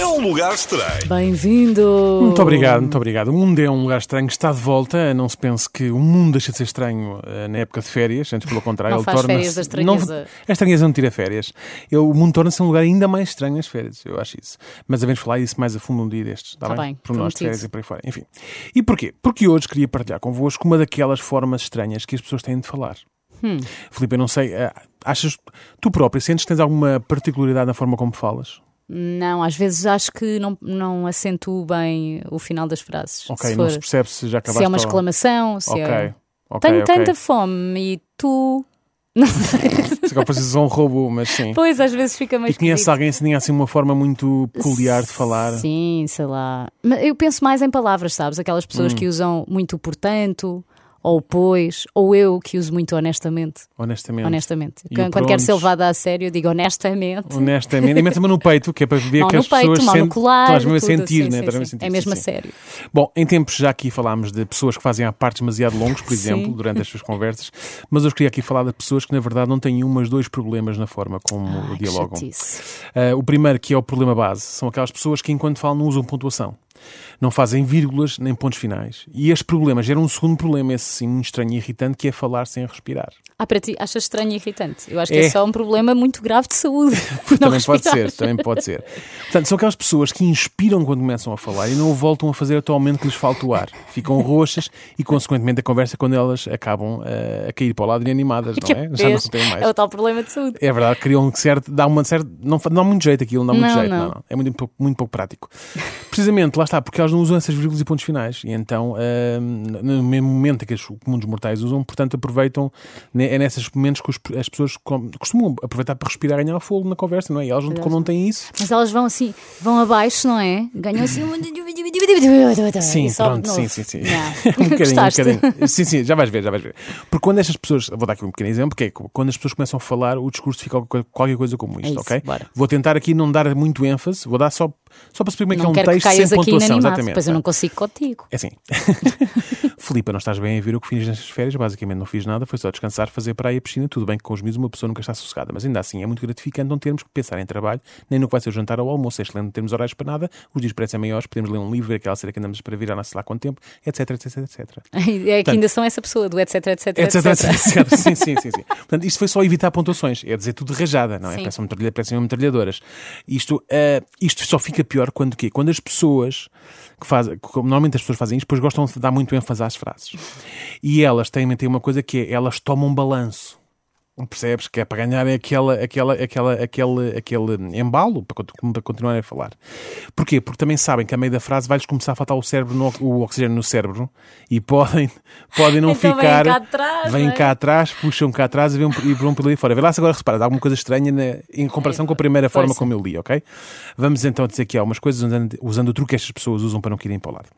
é um lugar estranho. Bem-vindo! Muito obrigado, muito obrigado. O mundo é um lugar estranho, está de volta. Não se pense que o mundo deixa de ser estranho eh, na época de férias, antes pelo contrário, Não ele faz torna-se. férias da estranheza. Não, a estranheza não tira férias. Ele- o mundo torna-se um lugar ainda mais estranho nas férias, eu acho isso. Mas havemos falar isso mais a fundo um dia destes, está Está Tá bem, bem? Por nós prometido. de férias e por aí fora. Enfim. E porquê? Porque hoje queria partilhar convosco uma daquelas formas estranhas que as pessoas têm de falar. Hum. Filipe, eu não sei, eh, achas tu próprio, sentes que tens alguma particularidade na forma como falas? Não, às vezes acho que não, não acentuo bem o final das frases. Ok, se, não for- se percebe se já acabaste se é uma ou- exclamação, se Ok. é. ok, Tenho ok. tanta fome e tu. Não sei. Se calhar pareces um robô, mas sim. Pois às vezes fica mais. E conheces alguém que tinha assim uma forma muito peculiar de falar? Sim, sei lá. Mas eu penso mais em palavras, sabes? Aquelas Hum. pessoas que usam muito o portanto, ou o pois, ou eu que uso muito honestamente. Honestamente. Honestamente. E o Quando, quando prontos? quero ser levada a sério, eu digo honestamente. Honestamente. E mete-me no peito, que é para ver Mal que no as pessoas peito, mal no sentem- colar. Estás mesmo a tudo, sentir, sim, né? sim, Estás mesmo a sim. sentir, É sim, mesmo a sim. sério. Bom, em tempos já aqui falámos de pessoas que fazem à partes demasiado longas, por Sim. exemplo, durante as suas conversas, mas hoje queria aqui falar de pessoas que, na verdade, não têm um, mas dois problemas na forma como Ai, que dialogam. chatice. Ah, o primeiro, que é o problema base, são aquelas pessoas que, enquanto falam, não usam pontuação. Não fazem vírgulas nem pontos finais. E este problema gera um segundo problema, esse sim, muito estranho e irritante, que é falar sem respirar. Ah, para ti, achas estranho e irritante? Eu acho que é, É. só um problema muito grave de saúde. Não também pode respirar. ser, também pode ser. Portanto, são aquelas pessoas que inspiram quando começam a falar e não o voltam a fazer atualmente que lhes falta o ar. Ficam roxas e, consequentemente, a conversa quando elas acabam eh, a cair para o lado inanimadas, não é? Já não Vês? têm mais. É o tal problema de saúde. É verdade, criam um certo. Dá uma certa. Não, fa- não há muito jeito aquilo, não há muito Não, jeito, não. não. não. É muito pouco, muito pouco prático. Precisamente, lá está, porque elas não usam essas vírgulas e pontos finais. E então, ah, no mesmo momento em que os comuns mortais usam, portanto, aproveitam. né, É nesses momentos que os- as pessoas com- costumam aproveitar para respirar e ganhar fogo na conversa, não é? E elas, não, como não têm isso. Mas elas vão assim, vão abaixo, não é? Ganham assim. Sim, e sobe pronto, de sim, novo. sim, sim. Yeah. um bocadinho, um Gostaste? bocadinho. Sim, sim, já vais ver, já vais ver. Porque quando estas pessoas, vou dar aqui um pequeno exemplo, que é quando as pessoas começam a falar, o discurso fica qualquer- qualquer coisa como isto, É isso, ok? bora. Vou tentar aqui não dar muito ênfase, vou dar só, só para perceber como é que Não é um quero que texto sem caias aqui pontuação. inanimado, exatamente. tá. depois eu não consigo contigo. É assim. Filipa, não estás bem a ver o que fiz nestas férias? Basicamente não fiz nada, foi só descansar, fazer praia e piscina. Tudo bem que com os miúdos uma pessoa nunca está sossegada, mas ainda assim é muito gratificante não termos que pensar em trabalho, nem no que vai ser o jantar ou o almoço. É excelente, não temos horários para nada, os dias parecem maiores, podemos ler um livro, ver aquela série que andamos para virar, não sei lá quanto tempo, etc, etc, etc. É que ainda são essa pessoa do etc, etc, etc. Etc, etc, etc. Sim, sim, sim, sim. Portanto, isto foi só evitar pontuações, é dizer tudo rajada, não é? Sim. Parece uma metralha- Parecem uma metralhadoras. Isto, eh, isto só fica pior quando o quê? Quando as pessoas que fazem, como normalmente as pessoas fazem isto, depois gostam de dar muito ênfase às frases. E elas têm, têm uma coisa que é, elas tomam balanço. Percebes que é para ganharem aquela, aquela, aquela, aquele, aquele embalo para, cont- para continuarem a falar. Porquê? Porque também sabem que a meio da frase vai-lhes começar a faltar o, cérebro no- o oxigênio no cérebro e podem, podem não Então vêm ficar. cá atrás, vêm não é? cá atrás, puxam cá atrás e vão, e vão por ali fora. Vê lá se agora reparas, há alguma coisa estranha na- em comparação com a primeira forma Força. como eu li, ok? Vamos então dizer aqui algumas coisas usando, usando o truque que estas pessoas usam para não querem ir para o lado.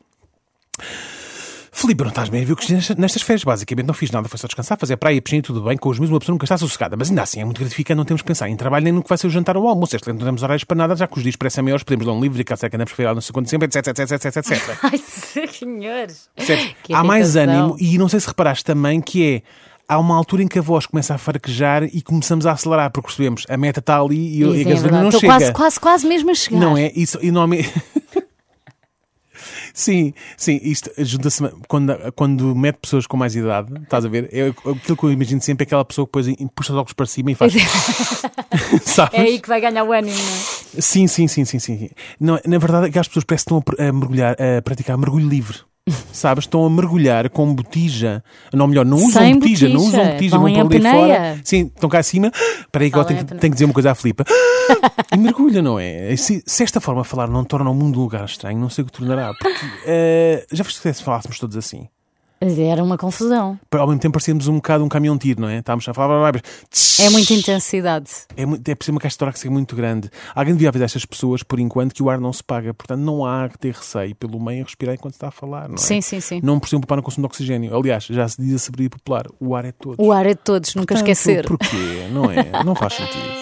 Filipe, não estás bem a ver o que fiz nestas- nestas férias? Basicamente não fiz nada, foi só descansar, fazer praia e piscina, tudo bem, com os mesmos uma pessoa nunca está sossegada. Mas ainda assim é muito gratificante, não temos que pensar em trabalho nem no que vai ser o jantar ou o almoço. Este não temos horários para nada, já que os dias parecem maiores, podemos ler um livro e cá que andamos para no segundo sempre, etc, etc, etc, etc, etc. Ai, senhores. Percebes? Que há mais irritação. ânimo e não sei se reparaste também que é há uma altura em que a voz começa a farquejar e começamos a acelerar porque percebemos a meta está ali e, eu- e Dizem a a gasolina é verdade. não Estou chega. quase, quase, quase mesmo a chegar. Não é? Isso, e normalmente. Sim, sim, isto junta-se quando, quando mete pessoas com mais idade, estás a ver? É aquilo que eu imagino sempre é aquela pessoa que depois em- puxa os óculos para cima e faz. Sabes? É aí que vai ganhar o ânimo, não Sim, sim, sim, sim, sim. Não, na verdade, é que as pessoas parecem que estão a pr- a mergulhar, a praticar mergulho livre. Sabes? Estão a mergulhar com botija. Não, melhor, não usam Sem botija, não botija. usam botija, Vão vão em para ali apneia. fora. Sim, estão cá acima. Espera aí que ela Falam tem em que, apneia. tem que dizer uma coisa à Filipa. E mergulha, não é? Se, se esta forma de falar não torna o mundo um lugar estranho, não sei o que tornará. Porque eh, já vos se falássemos todos assim. é? Era uma confusão. Ao mesmo tempo parecíamos um bocado um caminhão de tiro, não é? Estávamos a falar. blá, blá, blá, É muita intensidade. é, muito, é preciso uma caixa torácica muito grande. Alguém devia avisar estas pessoas, por enquanto, que o ar não se paga. Portanto, não há que ter receio pelo meio a respirar enquanto está a falar, não é? Sim, sim, sim. Não precisam poupar no consumo de oxigênio. Aliás, já se diz a sabedoria popular, o ar é todo. O ar é de todos, nunca esquecer. Porquê? Não é? Não faz sentido.